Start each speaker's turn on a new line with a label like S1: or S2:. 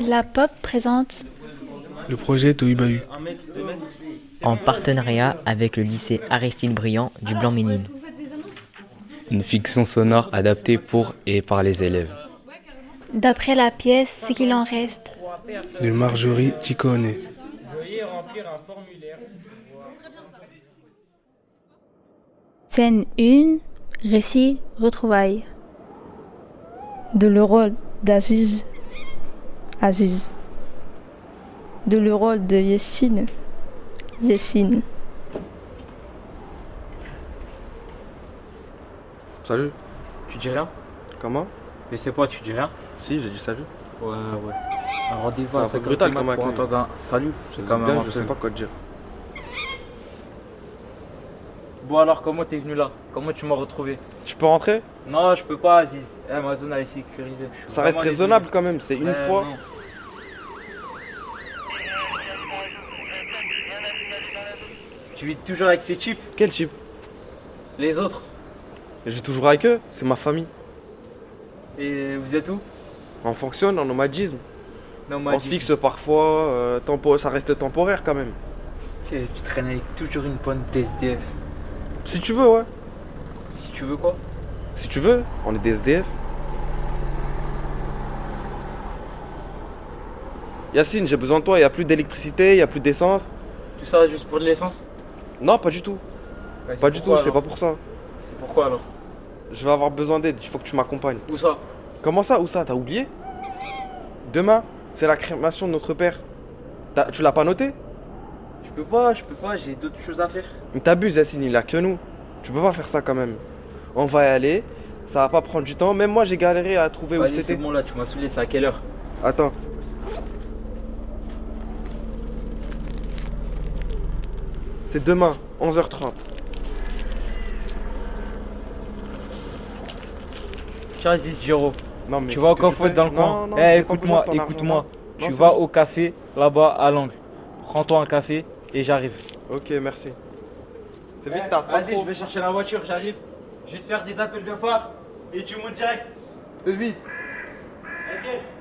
S1: La pop présente
S2: Le projet Tohubahu.
S3: en partenariat avec le lycée Aristide Briand du Blanc-Ménil.
S4: Une fiction sonore adaptée pour et par les élèves.
S1: d'après la pièce Ce qu'il en reste.
S2: de Marjorie Ticone.
S1: Scène 1, récit, retrouvailles.
S5: de le rôle d'Aziz, Aziz, de le rôle de Yessine, Yessine,
S6: Salut,
S7: Tu dis rien
S6: comment
S7: Je sais pas, tu dis rien
S6: Si, j'ai dit salut.
S7: Ouais, ouais. Un rendez-vous
S6: C'est
S7: à
S6: un peu brutal
S7: 5 brutal
S6: comme
S7: pour
S6: accueil.
S7: entendre un salut. C'est quand même
S6: Bien,
S7: un
S6: je
S7: peu-
S6: sais pas quoi te dire.
S7: Bon alors, comment t'es venu là Comment tu m'as retrouvé
S8: Je peux rentrer
S7: Non, je peux pas, Aziz. Eh, ma zone elle est sécurisée. Je suis
S8: Ça reste
S7: vraiment désolé.
S8: raisonnable quand même, c'est une
S7: Euh,
S8: fois.
S7: non. Tu vis toujours avec ces types
S8: Quel type
S7: Les autres
S8: Je vais toujours avec eux, c'est ma famille.
S7: Et vous êtes où
S8: On fonctionne en nomadisme.
S7: Non, moi,
S8: On se fixe parfois, euh, tempo- ça reste temporaire quand même.
S7: Tu tu traînes avec toujours une pointe d'SDF.
S8: Si tu veux, ouais.
S7: Si tu veux quoi
S8: Si tu veux, on est des SDF. Yacine, j'ai besoin de toi, il n'y a plus d'électricité, il n'y a plus d'essence.
S7: Tout ça juste pour de l'essence
S8: Non, pas du tout,
S7: Ouais,
S8: pas du tout,
S7: pourquoi,
S8: c'est pas
S7: alors
S8: pour ça.
S7: C'est pourquoi alors
S8: Je vais avoir besoin d'aide, il faut que tu m'accompagnes.
S7: Où ça
S8: Comment ça, où ça, t'as oublié Demain, c'est la crémation de notre père. T'as- tu l'as pas noté
S7: Je peux pas, je peux pas, j'ai d'autres choses à faire.
S8: Mais t'abuses, Yacine, il a que nous. Tu peux pas faire ça quand même. On va y aller, ça va pas prendre du temps. Même moi, j'ai galéré à trouver où
S7: Allez, c'est
S8: c'était.
S7: bon là, tu m'as saoulé, c'est à quelle heure
S8: Attends. C'est demain, 11h30.
S7: Tiens, Aziz Giro,
S8: Non, mais
S7: tu vas
S8: qu'est-ce que
S7: encore
S8: fais
S7: faute dans le
S8: Non,
S7: coin.
S8: non,
S7: Eh,
S8: j'ai pas besoin
S7: écoute-moi,
S8: de ton argent,
S7: écoute-moi.
S8: non.
S7: Tu
S8: Non,
S7: vas
S8: c'est
S7: au café, là-bas, à l'angle. Prends-toi un café et j'arrive.
S8: bon. Ok, merci. C'est vite, t'as pas trop.
S7: Eh, vais chercher la voiture, j'arrive. Je vais te faire des appels de phare et tu montes direct.
S8: Fais vite.
S7: Ok